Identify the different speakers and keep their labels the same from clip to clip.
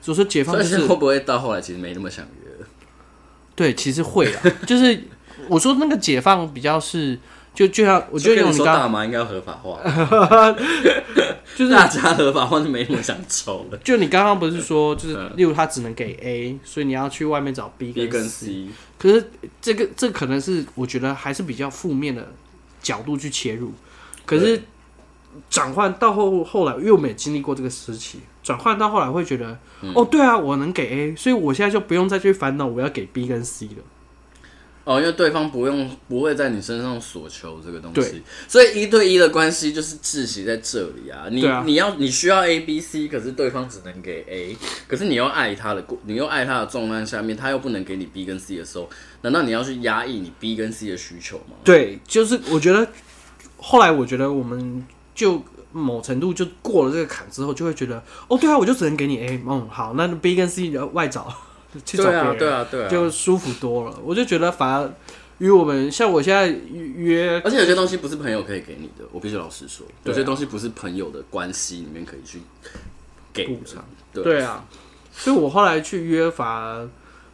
Speaker 1: 所以说解放
Speaker 2: 所
Speaker 1: 就
Speaker 2: 以
Speaker 1: 是
Speaker 2: 是会不会到后来其实没那么想约了？
Speaker 1: 对，其实会啊， 就是我说那个解放比较是，就就像我觉得
Speaker 2: 就
Speaker 1: 用
Speaker 2: 跟你
Speaker 1: 你
Speaker 2: 说
Speaker 1: 刚
Speaker 2: 大麻应该要合法化，
Speaker 1: 就是
Speaker 2: 大家合法化就没那么想抽了。
Speaker 1: 就你刚刚不是说，就是例如他只能给 A，所以你要去外面找 B
Speaker 2: B
Speaker 1: 跟
Speaker 2: 跟
Speaker 1: C。
Speaker 2: C，
Speaker 1: 可是这个这可能是我觉得还是比较负面的角度去切入。可是转换到后后来，因为我们也经历过这个时期，转换到后来会觉得，哦，对啊，我能给 A，所以我现在就不用再去烦恼我要给 B 跟 C 了。
Speaker 2: 哦，因为对方不用不会在你身上索求这个东西，所以一对一的关系就是窒息在这里啊。你
Speaker 1: 对啊
Speaker 2: 你要你需要 A B C，可是对方只能给 A，可是你又爱他的过，你又爱他的状态下面，他又不能给你 B 跟 C 的时候，难道你要去压抑你 B 跟 C 的需求吗？
Speaker 1: 对，就是我觉得后来我觉得我们就某程度就过了这个坎之后，就会觉得哦，对啊，我就只能给你 A，嗯，好，那 B 跟 C 的外找 去找
Speaker 2: 对
Speaker 1: 别人，
Speaker 2: 啊，对啊，对啊。
Speaker 1: 就舒服多了。我就觉得反而与我们像我现在约
Speaker 2: 而且有些东西不是朋友可以给你的，我必须老实说，
Speaker 1: 对
Speaker 2: 有
Speaker 1: 啊
Speaker 2: 些东西不是朋友的关系里面可以去给
Speaker 1: 补
Speaker 2: 的
Speaker 1: 偿，
Speaker 2: 对
Speaker 1: 对啊，所以我后来去约反而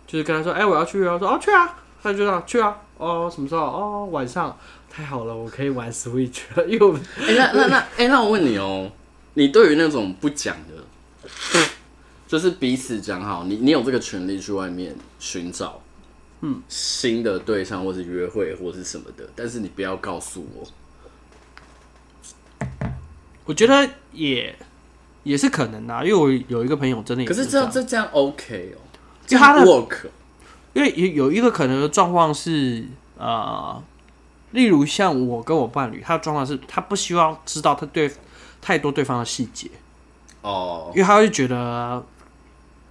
Speaker 1: 就是跟他说，哎、我要去约，他说哦去啊，他就这样去啊，哦什么时候？哦晚上，太好了，我可以玩 Switch 了，因为我们
Speaker 2: 哎、那那那，哎、那我问你哦、你对于那种不讲的，就是彼此讲好，你你有这个权利去外面寻找，嗯，新的对象或是约会或是什么的，但是你不要告诉我。
Speaker 1: 我觉得也也是可能的、啊，因为我有一个朋友真的也
Speaker 2: 可是
Speaker 1: 这
Speaker 2: 这
Speaker 1: 样
Speaker 2: 样，这这样 OK 哦、
Speaker 1: 就他的
Speaker 2: work
Speaker 1: 因为有有一个可能的状况是呃，例如像我跟我伴侣，他的状况是他不希望知道他对太多对方的细节，
Speaker 2: 哦，
Speaker 1: 因为他会觉得，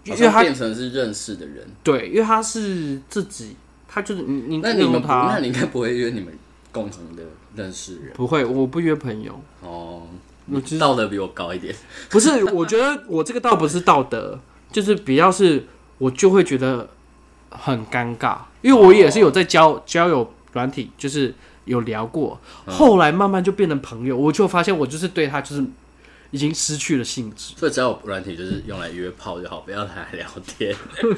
Speaker 1: 因为
Speaker 2: 好像
Speaker 1: 他
Speaker 2: 变成是认识的人。
Speaker 1: 对，因为他是自己，他就是你你
Speaker 2: 那你们
Speaker 1: 用
Speaker 2: 不，那
Speaker 1: 他
Speaker 2: 你应该不会约你们共同的认识人
Speaker 1: 不会，我不约朋友。
Speaker 2: 哦。
Speaker 1: 我知
Speaker 2: 道德比我高一点，
Speaker 1: 不是，我觉得我这个倒不是道德，就是比较是，我就会觉得很尴尬，因为我也是有在交、交友软体，就是有聊过，
Speaker 2: 嗯
Speaker 1: 后来慢慢就变成朋友，我就发现我就是对他就是已经失去了兴致，
Speaker 2: 所以只要有软体就是用来约炮就好，不要拿来聊 天。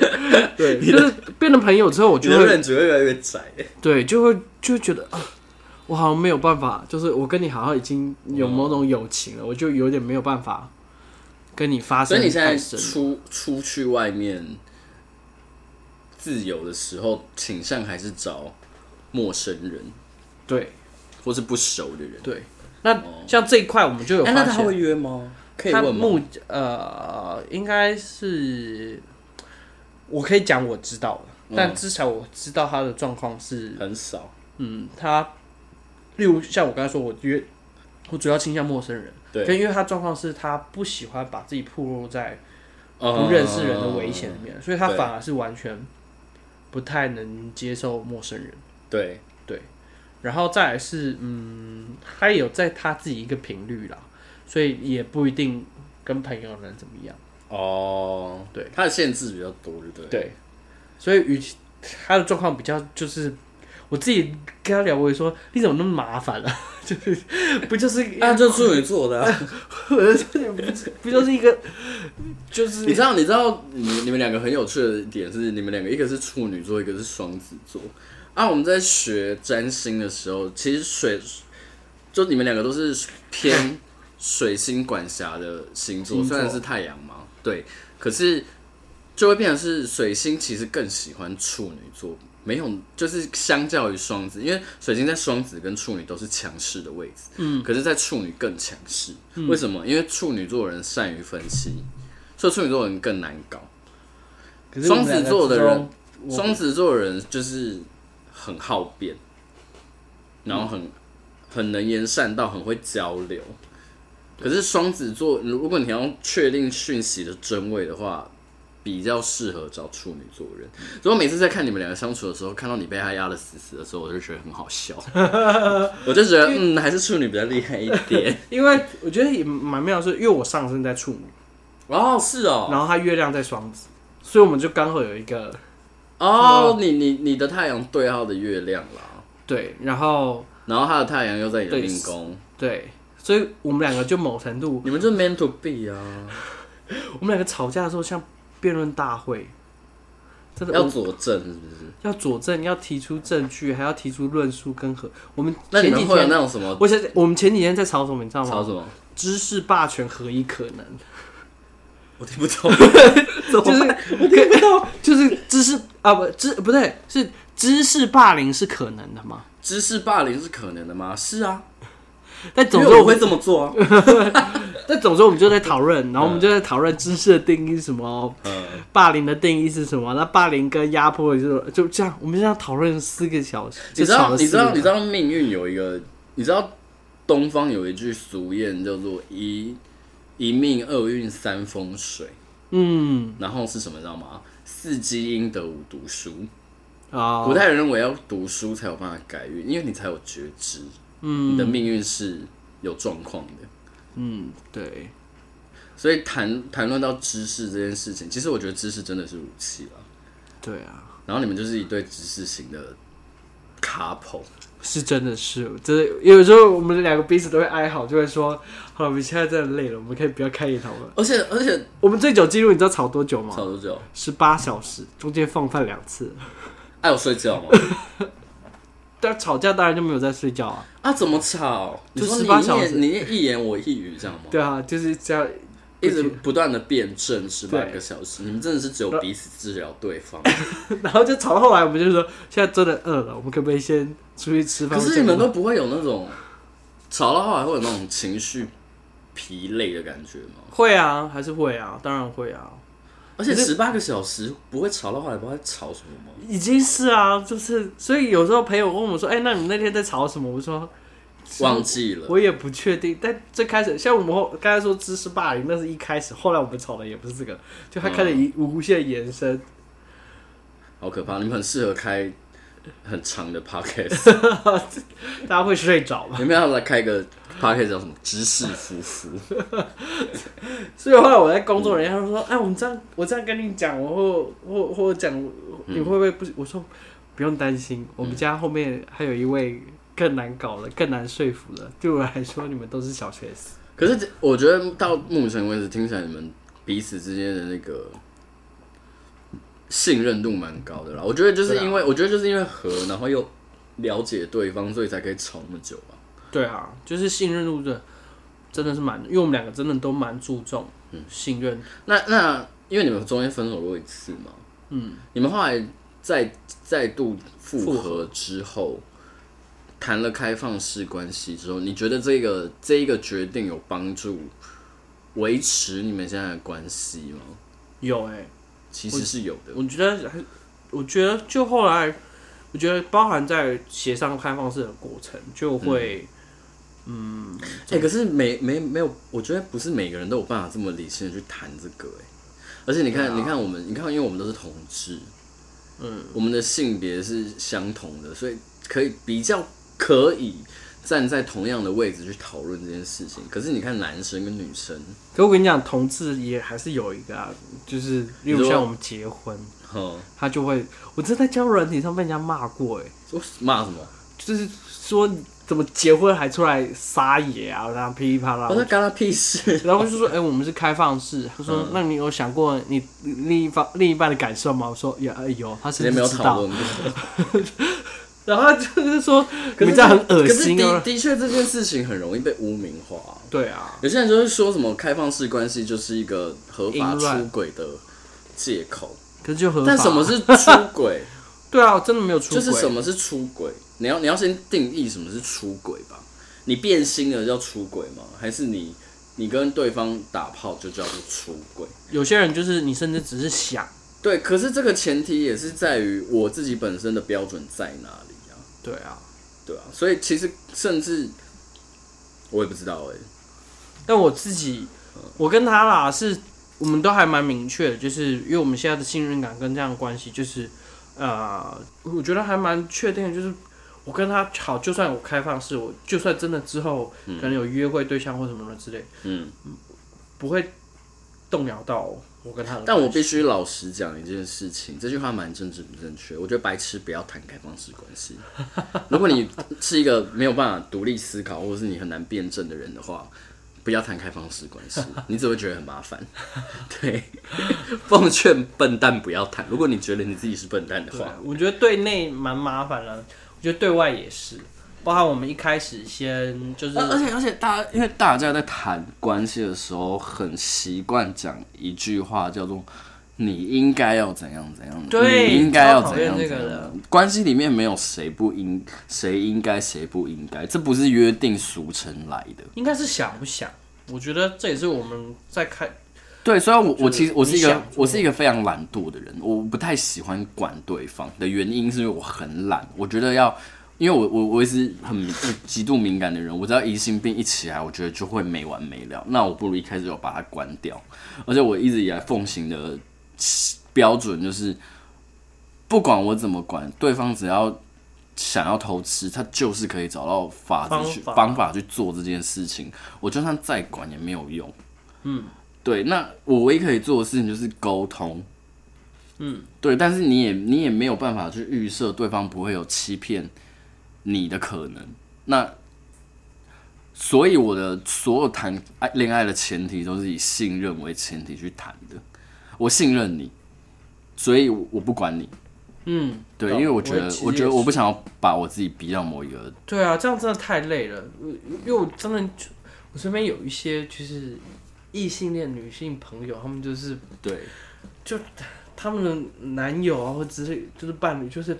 Speaker 1: 对，就是变成朋友之后，我
Speaker 2: 你
Speaker 1: 就
Speaker 2: 的
Speaker 1: 会
Speaker 2: 认知会越来越窄。
Speaker 1: 对，就会就会觉得啊，我好像没有办法，就是我跟你好像已经有某种友情了，我就有点没有办法跟你发
Speaker 2: 所
Speaker 1: 生
Speaker 2: 以
Speaker 1: 太
Speaker 2: 你
Speaker 1: 深。
Speaker 2: 现在出出去外面自由的时候，倾向还是找陌生人
Speaker 1: 对
Speaker 2: 或是不熟的人。
Speaker 1: 对，
Speaker 2: 哦
Speaker 1: 那像这一块我们就有发
Speaker 2: 哎
Speaker 1: 现，
Speaker 2: 那他会约吗？可以
Speaker 1: 他
Speaker 2: 问吗？
Speaker 1: 目呃应该是我可以讲我知道的，
Speaker 2: 嗯
Speaker 1: 但至少我知道他的状况是，
Speaker 2: 很少，
Speaker 1: 嗯，他例如像我刚才说，我约我主要倾向陌生人，
Speaker 2: 对
Speaker 1: 可因为他状况是他不喜欢把自己暴露在。
Speaker 2: 嗯
Speaker 1: 不认识人的危险里面，所以他
Speaker 2: 对
Speaker 1: 反而是完全不太能接受陌生人。
Speaker 2: 对，
Speaker 1: 然后再来是，嗯，他也有在他自己一个频率啦，所以也不一定跟朋友能怎么样。
Speaker 2: 哦，
Speaker 1: 对，
Speaker 2: 他的限制比较多，对不对？
Speaker 1: 对，所以与其他的状况比较就是。我自己跟他聊，我也说你怎么那么麻烦啊？ 就是不就是 一
Speaker 2: 啊，，就处女座的啊、
Speaker 1: 不就是一个，就是
Speaker 2: 你知道，你知道，你你们两个很有趣的点是，你们两个一个是处女座，一个是双子座。啊，我们在学占星的时候，其实水就你们两个都是偏水星管辖的星座，
Speaker 1: 星座
Speaker 2: 虽然是太阳嘛，对，可是就会变成是水星其实更喜欢处女座，没有就是相较于双子，因为水星在双子跟处女都是强势的位置，嗯，可是，在处女更强势，为什么？因为处女座的人善于分析，所以处女座的人更难搞。
Speaker 1: 可是我们
Speaker 2: 双子座的人
Speaker 1: 两个之中，我
Speaker 2: 双子座的人就是很好辩，然后很、很能言善道，很会交流。可是双子座，如果你要确定讯息的真伪的话，比较适合找处女座的人。所以我每次在看你们两个相处的时候，看到你被他压得死死的时候，我就觉得很好笑，我就觉得嗯，还是处女比较厉害一点。
Speaker 1: 因为我觉得也蛮妙的是，因为我上升在处女，
Speaker 2: 哦，是哦，
Speaker 1: 然后他月亮在双子，所以我们就刚好有一个
Speaker 2: 哦，你你你的太阳对号的月亮啦，
Speaker 1: 对，然后
Speaker 2: 然后他的太阳又在你的
Speaker 1: 对
Speaker 2: 命宫，
Speaker 1: 对，所以我们两个就某程度，
Speaker 2: 你们就 meant to be 啊。
Speaker 1: 我们两个吵架的时候像辩论大会，真的
Speaker 2: 要
Speaker 1: 我
Speaker 2: 佐证是不是？
Speaker 1: 要佐证，要提出证据，还要提出论述跟和我们
Speaker 2: 那你
Speaker 1: 前几
Speaker 2: 们会有
Speaker 1: 天，
Speaker 2: 那种什么
Speaker 1: 我想我们前几天在吵什么，你知道
Speaker 2: 吵
Speaker 1: 吗？
Speaker 2: 什么？
Speaker 1: 知识霸权何以可 能？
Speaker 2: 我听不懂，
Speaker 1: 就是我听不到， 就是知识啊不知不对是知识霸凌是可能的吗？
Speaker 2: 知识霸凌是可能的吗？是啊，
Speaker 1: 但
Speaker 2: 因
Speaker 1: 总之
Speaker 2: 为我
Speaker 1: 们
Speaker 2: 会这么做 啊。
Speaker 1: 但总之我们就在讨论，然后我们就在讨论知识的定义是什么，
Speaker 2: 嗯，
Speaker 1: 霸凌的定义是什么，那霸凌跟压迫就是就这样，我们这样讨论四个小时，
Speaker 2: 你知
Speaker 1: 就吵
Speaker 2: 道，
Speaker 1: 了
Speaker 2: 你知
Speaker 1: 四个
Speaker 2: 道，你啊
Speaker 1: 小时
Speaker 2: 知道命运有一个，你知道东方有一句俗谚叫做一一命二运三风水，
Speaker 1: 嗯
Speaker 2: 然后是什么你知道吗？四积阴德五读书。
Speaker 1: 啊，
Speaker 2: 古代人认为要读书才有办法改运，因为你才有觉知，
Speaker 1: 嗯
Speaker 2: 你的命运是有状况的。
Speaker 1: 嗯对，
Speaker 2: 所以谈谈论到知识这件事情，其实我觉得知识真的是武器了。
Speaker 1: 对啊，
Speaker 2: 然后你们就是一对知识型的 couple，
Speaker 1: 是真的是，真的有时候我们两个彼此都会哀嚎，就会说，好了，我们现在真的累了，我们可以不要开一讨论。
Speaker 2: 而且而且
Speaker 1: 我们最久记录你知道吵多久
Speaker 2: 吵
Speaker 1: 吗？
Speaker 2: 多久？
Speaker 1: 十八小时，中间放饭两次，
Speaker 2: 爱哎我睡 觉吗？
Speaker 1: 但吵架当然就没有在睡觉啊。
Speaker 2: 啊，怎么吵？你
Speaker 1: 就
Speaker 2: 说你
Speaker 1: 18小
Speaker 2: 一
Speaker 1: 时
Speaker 2: 言你一言我一语这样吗？
Speaker 1: 对啊，就是这样，
Speaker 2: 一直不断的辩证十八
Speaker 1: 对
Speaker 2: 个小时，你们真的是只有彼此治疗对方。
Speaker 1: 然后就吵到后来，我们就说现在真的饿了，我们可不可以先出去吃饭？
Speaker 2: 可是你们都不会有那种吵到后来会有那种情绪疲累的感觉吗？
Speaker 1: 会啊，还是会啊，当然会啊，
Speaker 2: 而且
Speaker 1: 可
Speaker 2: 十八个小时不会吵到后来不知道在吵什么吗？
Speaker 1: 已经是啊，就是所以有时候朋友问我说：“哎、那你那天在吵什么？”我说
Speaker 2: 忘记了。：“
Speaker 1: 我也不确定。”但最开始像我们后刚才说知识霸凌，那是一开始，后来我们吵的也不是这个，就它开始一无限延伸。
Speaker 2: 好可怕！你们很适合开很长的 podcast，
Speaker 1: 大家会睡着嘛。
Speaker 2: 你们要来开一个 podcast 叫什么？知识夫妇，
Speaker 1: 所以后来我在工作，人家就说：“哎，我们这样，我这样跟你讲，我或或或讲，你会不会不？”我说：“不用担心，我们家后面还有一位更难搞了，更难说服了。对我来说，你们都是小学生。
Speaker 2: 可是这我觉得到目前为止，听起来你们彼此之间的那个信任度蛮高的啦。我觉得就是因为，我觉得就是因为和，然后又了解对方，所以才可以吵那么久吧。”
Speaker 1: 对啊，就是信任度的，真的是蛮，因为我们两个真的都蛮注重信任。
Speaker 2: 那那因为你们中间分手过一次嘛，嗯，你们后来再再度复合之后，谈了开放式关系之后，你觉得这个这一个决定有帮助维持你们现在的关系吗？
Speaker 1: 有哎、
Speaker 2: 其实是有的，
Speaker 1: 我觉得还，我觉得就后来，我觉得包含在协商开放式的过程，就会，嗯
Speaker 2: 哎、可是没没没有，我觉得不是每个人都有办法这么理性的去谈这个、哎，而且你看，你看我们，你看，因为我们都是同志，
Speaker 1: 啊嗯，
Speaker 2: 我们的性别是相同的，所以可以比较可以站在同样的位置去讨论这件事情。可是你看，男生跟女生，
Speaker 1: 可我跟你讲，同志也还是有一个啊，就是例如
Speaker 2: 你说
Speaker 1: 像我们结婚，
Speaker 2: 哼，
Speaker 1: 他就会，我真的在交友软体上被人家骂过、欸，
Speaker 2: 我骂什么？
Speaker 1: 就是说你怎么结婚还出来撒野啊，然后噼里啪啦
Speaker 2: 我。说干他屁事！
Speaker 1: 然后我就说，哎、我们是开放式。他说，
Speaker 2: 嗯
Speaker 1: 那你有想过你另一方另一半的感受吗？我说，也、哎有，他
Speaker 2: 直
Speaker 1: 甚
Speaker 2: 接
Speaker 1: 至
Speaker 2: 没有
Speaker 1: 知
Speaker 2: 讨
Speaker 1: 道。
Speaker 2: 论过，
Speaker 1: 然后他就是说，
Speaker 2: 可
Speaker 1: 你
Speaker 2: 是
Speaker 1: 这样很恶心
Speaker 2: 可是的
Speaker 1: 啊。
Speaker 2: 的确，这件事情很容易被污名化啊、
Speaker 1: 对啊，
Speaker 2: 有些人就会说什么开放式关系就是一个合法
Speaker 1: 淫乱
Speaker 2: 出轨的借口，
Speaker 1: 可是就合法。
Speaker 2: 但什么？是 出轨？
Speaker 1: 对啊，我真的没有出
Speaker 2: 就
Speaker 1: 轨。
Speaker 2: 是什么是出轨？你要你要先定义什么是出轨吧。你变心了叫出轨吗？还是你你跟对方打炮就叫做出轨？
Speaker 1: 有些人就是你甚至只是想，
Speaker 2: 对，可是这个前提也是在于我自己本身的标准在哪里啊？
Speaker 1: 对啊。
Speaker 2: 对啊，所以其实甚至我也不知道哎、
Speaker 1: 但我自己，我跟他啦，是我们都还蛮明确的，就是因为我们现在的信任感跟这样的关系，就是呃，我觉得还蛮确定的，就是我跟他好，就算我开放式，我就算真的之后可能有约会对象或什么的之类，
Speaker 2: 嗯，
Speaker 1: 不会动摇到我跟他的关系。
Speaker 2: 但我必须老实讲一件事情，这句话蛮政治不正确。我觉得白痴不要谈开放式关系。 如果你是一个没有办法独立思考，或者是你很难辩证的人的话，不要谈开放式关系，你只会觉得很麻烦。 对，奉劝笨蛋不要谈。如果你觉得你自己是笨蛋的
Speaker 1: 对
Speaker 2: 话，，
Speaker 1: 我觉得对内蛮麻烦了，我觉得对外也是，包含我们一开始先就是
Speaker 2: 而而且而且大家因为大家在谈关系的时候，很习惯讲一句话叫做“你应该要怎样怎样”，
Speaker 1: 对
Speaker 2: 你应该要
Speaker 1: 超讨
Speaker 2: 怎
Speaker 1: 厌
Speaker 2: 样
Speaker 1: 这
Speaker 2: 怎
Speaker 1: 个的
Speaker 2: 样。关系里面没有谁不应谁应该谁不应该，这不是约定俗成来的。
Speaker 1: 应该是想不想，我觉得这也是我们在开
Speaker 2: 对，虽然我我其实我是一
Speaker 1: 你
Speaker 2: 个
Speaker 1: 想做嗯
Speaker 2: 我是一个非常懒惰的人，我不太喜欢管对方的原因是因为我很懒，我觉得要，因为我我我也是很极度敏感的人，我只要疑心病一起来，我觉得就会没完没了，那我不如一开始就把它关掉，而且我一直以来奉行的标准就是，不管我怎么管，对方只要想要偷吃，他就是可以找到法子去
Speaker 1: 方法
Speaker 2: 方法去做这件事情，我就算再管也没有用。
Speaker 1: 嗯
Speaker 2: 对，那我唯一可以做的事情就是沟通。嗯，对，但是你也你也没有办法去预设对方不会有欺骗你的可能。那所以我的所有谈爱恋爱的前提都是以信任为前提去谈的。我信任你，所以我不管你。
Speaker 1: 嗯，
Speaker 2: 对，
Speaker 1: 懂
Speaker 2: 因为我觉
Speaker 1: 我也
Speaker 2: 得
Speaker 1: 其实，
Speaker 2: 我觉得
Speaker 1: 也是
Speaker 2: 我不想要把我自己逼到某一个
Speaker 1: 对啊，这样真的太累了，因为我真的就我身边有一些就是异性恋女性朋友，她们就是
Speaker 2: 对
Speaker 1: 他们的男友啊，或之类，就是伴侣，就是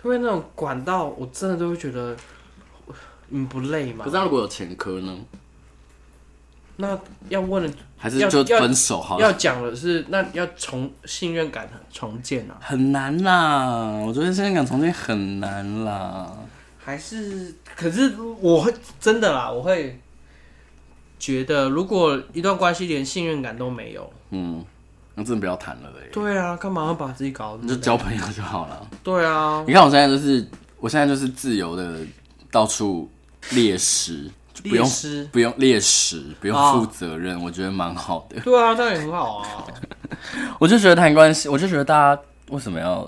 Speaker 1: 他会那种管到我真的都会觉得，你不累吗
Speaker 2: 可是？他如果有前科呢？
Speaker 1: 那要问的
Speaker 2: 还是
Speaker 1: 要
Speaker 2: 就
Speaker 1: 要
Speaker 2: 分手好了？
Speaker 1: 要讲的是，那要重信任感重建啊，
Speaker 2: 很难啦，我觉得现在感重建很难啦。
Speaker 1: 还是？可是我会真的啦，我会觉得，如果一段关系连信任感都没有，
Speaker 2: 嗯，那真的不要谈了哎、
Speaker 1: 对啊，干嘛要把自己搞得
Speaker 2: 你
Speaker 1: 这
Speaker 2: 就
Speaker 1: 么累？
Speaker 2: 交朋友就好了。
Speaker 1: 对啊，
Speaker 2: 你看我现在就是，我现在就是自由的到处猎食，就不
Speaker 1: 律
Speaker 2: 用
Speaker 1: 师，
Speaker 2: 不用猎食，不用
Speaker 1: 哦
Speaker 2: 负责任，我觉得蛮好的。
Speaker 1: 对啊，这样也很好啊。
Speaker 2: 我就觉得谈关系，我就觉得大家为什么要？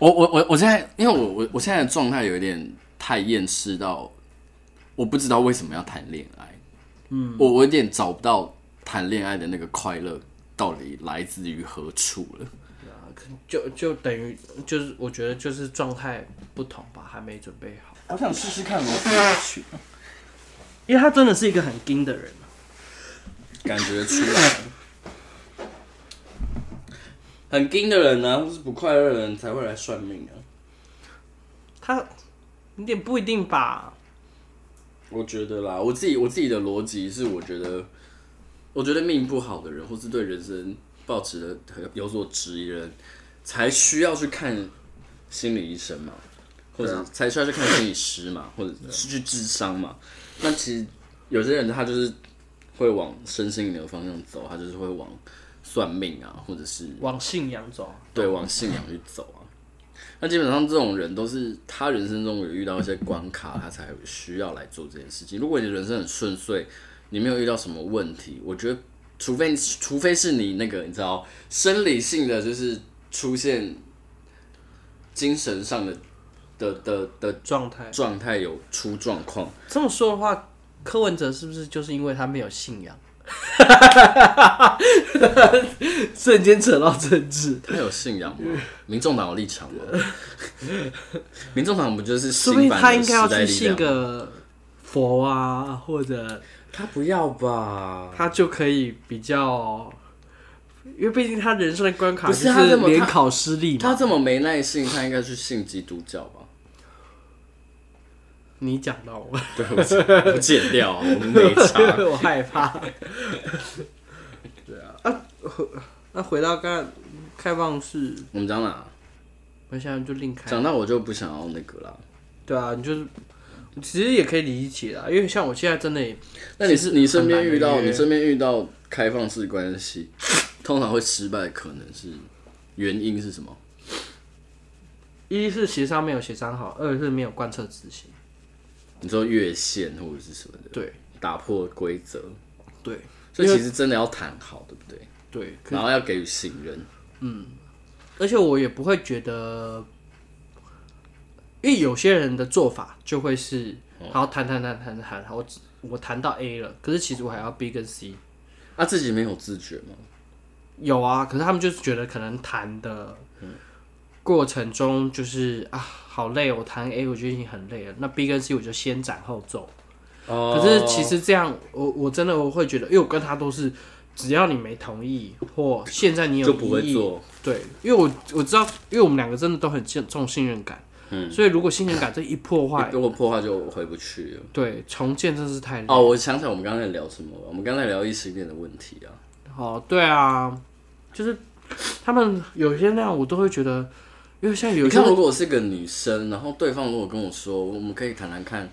Speaker 2: 我我我我现在，因为我我我现在的状态有一点太厌世到，我不知道为什么要谈恋爱。嗯，我我有点找不到谈恋爱的那个快乐到底来自于何处了。
Speaker 1: 就就等于就是，我觉得就是状态不同吧，还没准备好。
Speaker 2: 我想试试看罗志去，
Speaker 1: 因为他真的是一个很硬的人，
Speaker 2: 感觉出来。很硬的人呢、啊，或是不快乐的人才会来算命啊。
Speaker 1: 他有点不一定吧。
Speaker 2: 我觉得啦，我自己我自己的逻辑是，我觉得，我觉得命不好的人，或是对人生抱持的有所质疑的人，才需要去看心理医生嘛，或者才需要去看心理师嘛，或者是去智商嘛。那其实有些人他就是会往身心灵的方向走，他就是会往算命啊，或者是
Speaker 1: 往信仰走，
Speaker 2: 对，往信仰去走啊。那基本上这种人都是他人生中有遇到一些关卡，他才需要来做这件事情。如果你的人生很顺遂，你没有遇到什么问题，我觉得除非除非是你那个你知道生理性的就是出现精神上的的的的
Speaker 1: 状态。
Speaker 2: 状态有出状况，
Speaker 1: 这么说的话，柯文哲是不是就是因为他没有信仰？ 瞬间扯到政治，
Speaker 2: 他有信仰吗？民众党有立场吗？ 民众党不就是
Speaker 1: 说不定
Speaker 2: 新
Speaker 1: 他
Speaker 2: 版
Speaker 1: 应
Speaker 2: 的
Speaker 1: 该要
Speaker 2: 时代
Speaker 1: 去
Speaker 2: 力
Speaker 1: 信
Speaker 2: 量吗？
Speaker 1: 个佛啊，或者
Speaker 2: 他不要吧？
Speaker 1: 他就可以比较，因为毕竟他人生的关卡
Speaker 2: 不
Speaker 1: 就是
Speaker 2: 他这么
Speaker 1: 联
Speaker 2: 他
Speaker 1: 考失利嘛。
Speaker 2: 他这么没耐性，他应该去信基督教吧？
Speaker 1: 你讲到我，
Speaker 2: 对，我我剪掉，我们 没差。
Speaker 1: 我害怕。对啊，啊，那回到刚才开放式，
Speaker 2: 我们讲哪？
Speaker 1: 我想就另开。
Speaker 2: 讲到我就不想要那个啦。
Speaker 1: 对啊，你就是其实也可以理解啦，因为像我现在真的也
Speaker 2: 那你是你身边遇到
Speaker 1: 很难约
Speaker 2: 你身边遇到开放式关系，通常会失败，可能是原因是什么？
Speaker 1: 一是协商没有协商好，二是没有贯彻执行。
Speaker 2: 你说越线或者是什么的，
Speaker 1: 对
Speaker 2: 打破规则，
Speaker 1: 对
Speaker 2: 所以其实真的要谈好，对不对？
Speaker 1: 对，可
Speaker 2: 然后要给予信任。
Speaker 1: 而且我也不会觉得，因为有些人的做法就会是，好谈谈谈谈谈，好我谈到 A 了，可是其实我还要 B 跟 C。
Speaker 2: 他、啊自己没有自觉吗？
Speaker 1: 有啊，可是他们就是觉得可能谈的过程中就是啊，好累哦，我谈 A 我就已经很累了，那 B 跟 C 我就先斩后奏。
Speaker 2: 哦
Speaker 1: 可是其实这样，我我真的我会觉得，因为我跟他都是，只要你没同意或现在你有
Speaker 2: 就不会
Speaker 1: 异议
Speaker 2: 做，
Speaker 1: 对，因为我我知道，因为我们两个真的都很重重信任感，嗯，所以如果信任感这一破坏，
Speaker 2: 如果破坏就回不去了。
Speaker 1: 对，重建真是太累。
Speaker 2: 哦，我想起来我们刚才聊什么了，我们刚才聊异性恋的问题啊。
Speaker 1: 哦，对啊，就是他们有些那样，我都会觉得，因为像有
Speaker 2: 你
Speaker 1: 一些
Speaker 2: 看，如果我是个女生，然后对方如果跟我说，我们可以谈谈看，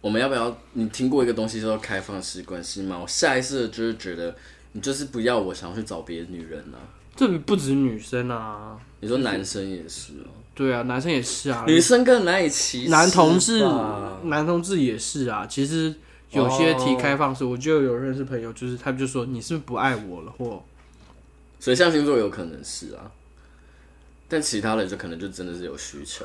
Speaker 2: 我们要不要？你听过一个东西叫做开放式关系吗？我下意识的就是觉得，你就是不要我，想要去找别的女人啊。
Speaker 1: 这里不止女生啊，
Speaker 2: 你说男生也是哦，
Speaker 1: 对啊，男生也是啊，
Speaker 2: 女生更难以歧视吧，
Speaker 1: 男同志男同志也是啊，其实。有些提开放
Speaker 2: 哦
Speaker 1: 式，我就有认识朋友，就是他们就说你是不是不爱我了，或
Speaker 2: 水象星座有可能是啊，但其他的就可能就真的是有需求，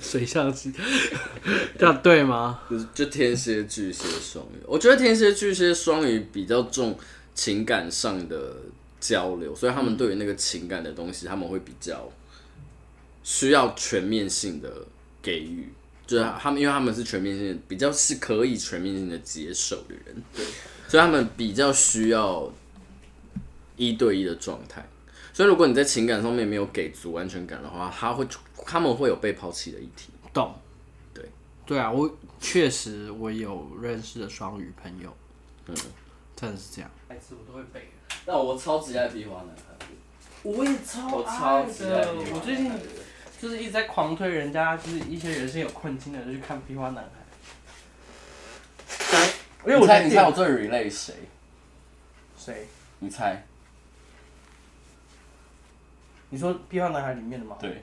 Speaker 1: 水象星， 这样对吗？
Speaker 2: 就是就天蝎、巨蟹、双鱼。我觉得天蝎、巨蟹、双鱼比较重情感上的交流，所以他们对于那个情感的东西，他们会比较需要全面性的给予。就是他们，因为他们是全面性的，比较是可以全面性的接受的人，所以他们比较需要一对一的状态。所以如果你在情感上面没有给足安全感的话，他会他们会有被抛弃的一天。
Speaker 1: 懂，
Speaker 2: 对，
Speaker 1: 对啊，我确实我有认识的双鱼朋友，
Speaker 2: 嗯，
Speaker 1: 真的是这样。
Speaker 3: 每次哎我都会背。
Speaker 2: 那我超级爱壁花男孩。
Speaker 3: 我也超
Speaker 2: 我超级哦爱
Speaker 3: 的，我最近就是一直在狂推人家，就是一些人生有困境的人去看《壁花男孩》，因为我
Speaker 2: 你猜
Speaker 3: 在
Speaker 2: 你猜我最 relate 谁？
Speaker 3: 谁？
Speaker 2: 你猜？
Speaker 3: 你说《壁花男孩》里面的吗？
Speaker 2: 对，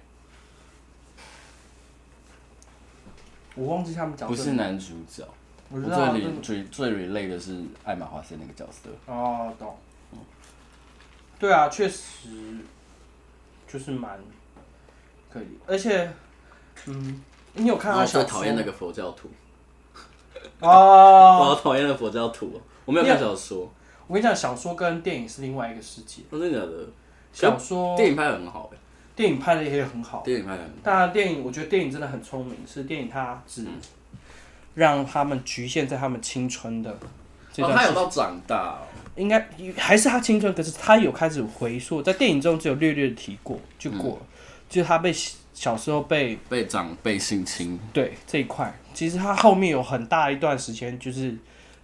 Speaker 3: 我忘记他们角色，
Speaker 2: 不是男主角。
Speaker 3: 哦我
Speaker 2: 我
Speaker 3: 知
Speaker 2: 最
Speaker 3: 道啊这
Speaker 2: re- 最最 relate 的是艾玛华森那个角色。
Speaker 3: 哦，懂。
Speaker 2: 嗯
Speaker 3: 对啊，确实就是蛮可以，而且，嗯，你有看他小说？
Speaker 2: 个佛教徒，
Speaker 3: 哦，
Speaker 2: 讨厌那个佛教徒。哦我没
Speaker 3: 有看
Speaker 2: 小说，
Speaker 3: 我跟你讲，小说跟电影是另外一个世界。
Speaker 2: 真的假的？
Speaker 3: 小说
Speaker 2: 电影拍的很好哦哎，
Speaker 3: 电影拍的也很好，
Speaker 2: 电影拍的
Speaker 3: 当然电影我觉得电影真的很聪明，是电影它只让他们局限在他们青春的这
Speaker 2: 哦，
Speaker 3: 段
Speaker 2: 他
Speaker 3: 时
Speaker 2: 有
Speaker 3: 间，
Speaker 2: 到长大哦。
Speaker 3: 应该还是他青春，可是他有开始回溯，在电影中只有略略的提过就过了，就是他被小时候被
Speaker 2: 被长辈性侵，
Speaker 3: 对这一块，其实他后面有很大一段时间就是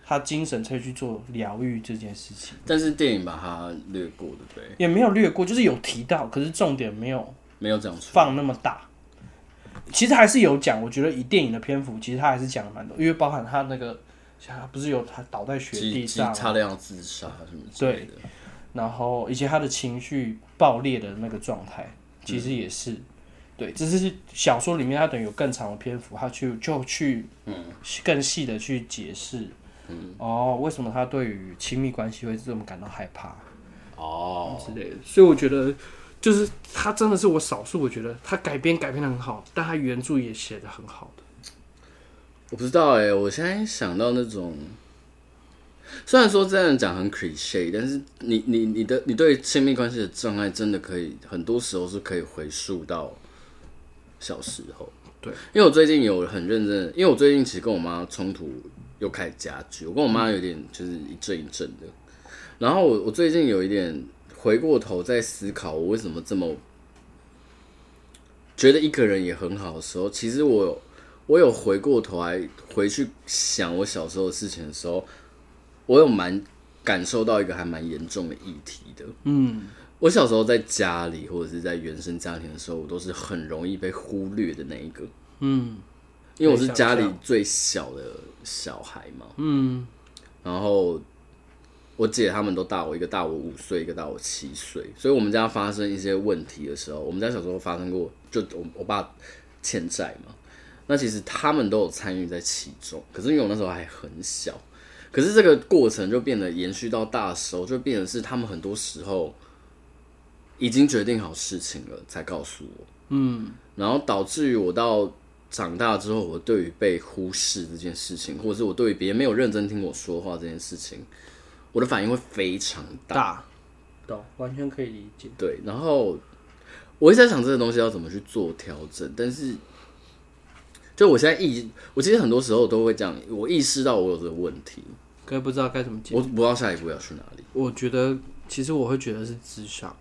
Speaker 3: 他精神才去做疗愈这件事情，
Speaker 2: 但是电影把它略过，对不对？
Speaker 3: 也没有略过，就是有提到，可是重点没有
Speaker 2: 没有讲出来。
Speaker 3: 放那么大。其实还是有讲，我觉得以电影的篇幅，其实他还是讲了蛮多，因为包含他那个，像他不是有他倒在雪
Speaker 2: 几
Speaker 3: 地
Speaker 2: 几
Speaker 3: 上，
Speaker 2: 差点要自杀什么之类的。
Speaker 3: 然后以及他的情绪爆裂的那个状态，其实也是，对，只是小说里面他等于有更长的篇幅，他去就去，嗯，更细的去解释，嗯，哦，为什么他对于亲密关系会这么感到害怕？
Speaker 2: 哦，
Speaker 1: 之类的。所以我觉得，就是他真的是我少数，我觉得他改编改编的很好，但他原著也写的很好的。
Speaker 2: 我不知道哎、我现在想到那种，虽然说这样讲很 cliche，但是你你你的你对亲密关系的障碍，真的可以很多时候是可以回溯到小时候。
Speaker 1: 对，
Speaker 2: 因为我最近有很认真的，因为我最近其实跟我妈冲突又开始加剧，我跟我妈有点就是一阵一阵的。然后我我最近有一点回过头在思考，我为什么这么觉得一个人也很好的时候，其实我有我有回过头来回去想我小时候的事情的时候，我有蛮感受到一个还蛮严重的议题的。
Speaker 1: 嗯，
Speaker 2: 我小时候在家里或者是在原生家庭的时候，我都是很容易被忽略的那一个。
Speaker 1: 嗯，
Speaker 2: 因为我是家里最小的小孩嘛，嗯，然后我姐他们都大我一个大我五岁，一个大我七岁，所以我们家发生一些问题的时候，我们家小时候发生过，就我我爸欠债嘛，那其实他们都有参与在其中，可是因为我那时候还很小，可是这个过程就变得延续到大的时候，就变成是他们很多时候已经决定好事情了才告诉我，嗯，然后导致于我到长大之后，我对于被忽视这件事情，或者是我对于别人没有认真听我说话这件事情，我的反应会非常大。
Speaker 1: 大
Speaker 3: 懂，完全可以理解。
Speaker 2: 对，然后我一直在想这个东西要怎么去做调整，但是就我现在意，我其实很多时候都会这样，我意识到我有这个问题，
Speaker 1: 可以不知道该怎么解。
Speaker 2: 我不知道下一步要去哪里。
Speaker 1: 我觉得其实我会觉得是智商，